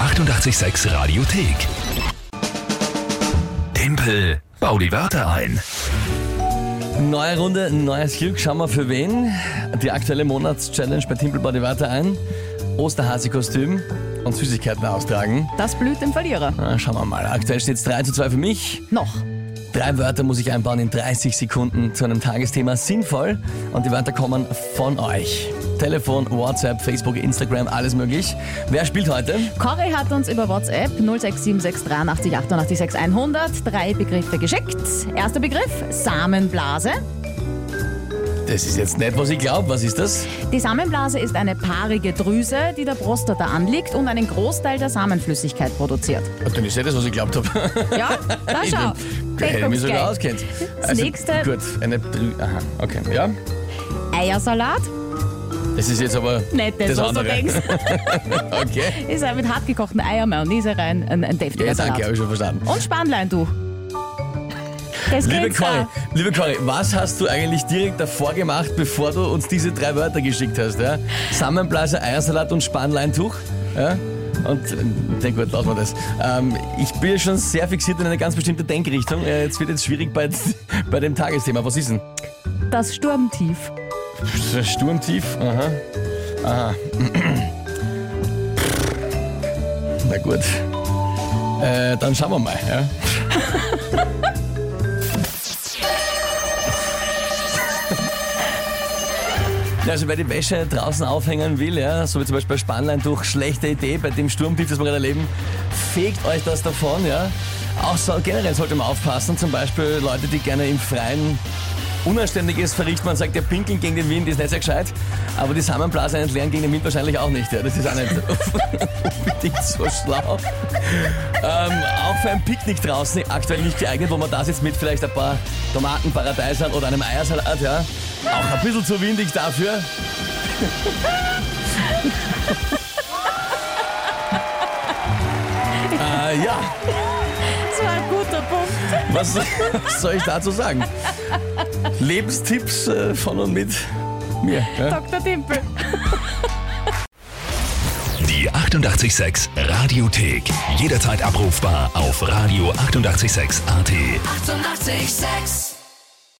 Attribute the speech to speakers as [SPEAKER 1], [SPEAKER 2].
[SPEAKER 1] 886 Radiothek. Tempel, bau die Wörter ein.
[SPEAKER 2] Neue Runde, neues Glück. Schauen wir für wen. Die aktuelle Monatschallenge bei Timpel die Wörter ein. Osterhase-Kostüm und Süßigkeiten austragen.
[SPEAKER 3] Das blüht dem Verlierer.
[SPEAKER 2] Na, schauen wir mal. Aktuell steht es 3 zu 2 für mich.
[SPEAKER 3] Noch.
[SPEAKER 2] Drei Wörter muss ich einbauen in 30 Sekunden zu einem Tagesthema sinnvoll und die Wörter kommen von euch. Telefon, WhatsApp, Facebook, Instagram, alles möglich. Wer spielt heute?
[SPEAKER 3] Corey hat uns über WhatsApp 067638886100 drei Begriffe geschickt. Erster Begriff, Samenblase.
[SPEAKER 2] Das ist jetzt nicht, was ich glaube. Was ist das?
[SPEAKER 3] Die Samenblase ist eine paarige Drüse, die der Prostata anliegt und einen Großteil der Samenflüssigkeit produziert.
[SPEAKER 2] Ah, Dann ist ja das, was ich glaubt habe.
[SPEAKER 3] Ja, da
[SPEAKER 2] Ich
[SPEAKER 3] schau.
[SPEAKER 2] bin- Hätte mich sogar
[SPEAKER 3] Deckungsgleich.
[SPEAKER 2] auskennt. Also
[SPEAKER 3] Das nächste.
[SPEAKER 2] Gut, eine Drü Aha, okay. Ja,
[SPEAKER 3] Eiersalat?
[SPEAKER 2] das ist jetzt aber
[SPEAKER 3] Nicht das,
[SPEAKER 2] das
[SPEAKER 3] was
[SPEAKER 2] andere.
[SPEAKER 3] du denkst.
[SPEAKER 2] okay.
[SPEAKER 3] Ist halt mit hartgekochten Eier, Mayonnaise rein, ein, ein deftiger
[SPEAKER 2] Ja, danke,
[SPEAKER 3] Salat.
[SPEAKER 2] habe ich schon verstanden.
[SPEAKER 3] Und Spanlein, du. Das
[SPEAKER 2] Liebe
[SPEAKER 3] geht's
[SPEAKER 2] Cory,
[SPEAKER 3] auch.
[SPEAKER 2] liebe Cory, was hast du eigentlich direkt davor gemacht, bevor du uns diese drei Wörter geschickt hast? Ja? Samenblase, Eiersalat und Spanleintuch? Ja? Und, äh, na gut, lassen wir das. Ähm, ich bin ja schon sehr fixiert in eine ganz bestimmte Denkrichtung. Äh, jetzt wird jetzt schwierig bei, bei dem Tagesthema. Was ist denn?
[SPEAKER 3] Das Sturmtief.
[SPEAKER 2] Sturmtief? Aha. Aha. Na gut. Äh, dann schauen wir mal. Ja? Ja, Also wer die Wäsche draußen aufhängen will, ja, so wie zum Beispiel Spannlein durch schlechte Idee bei dem Sturmtief, das wir gerade erleben, fegt euch das davon, ja. Auch so, generell sollte man aufpassen, zum Beispiel Leute, die gerne im Freien Unanständiges verrichten. Man sagt, der Pinkeln gegen den Wind ist nicht sehr gescheit, aber die Samenblase entleeren gegen den Wind wahrscheinlich auch nicht. Ja. Das ist auch nicht unbedingt so schlau. Ähm, auch für ein Picknick draußen aktuell nicht geeignet, wo man das jetzt mit vielleicht ein paar Tomatenparadeisern oder einem Eiersalat, ja. Auch ein bisschen zu windig dafür. äh, ja,
[SPEAKER 3] Das war ein guter Punkt.
[SPEAKER 2] was, was soll ich dazu sagen? Lebenstipps äh, von und mit mir. Ja?
[SPEAKER 3] Dr. Timpel.
[SPEAKER 1] Die 886 Radiothek. Jederzeit abrufbar auf radio886.at. 886! 886.
[SPEAKER 4] 886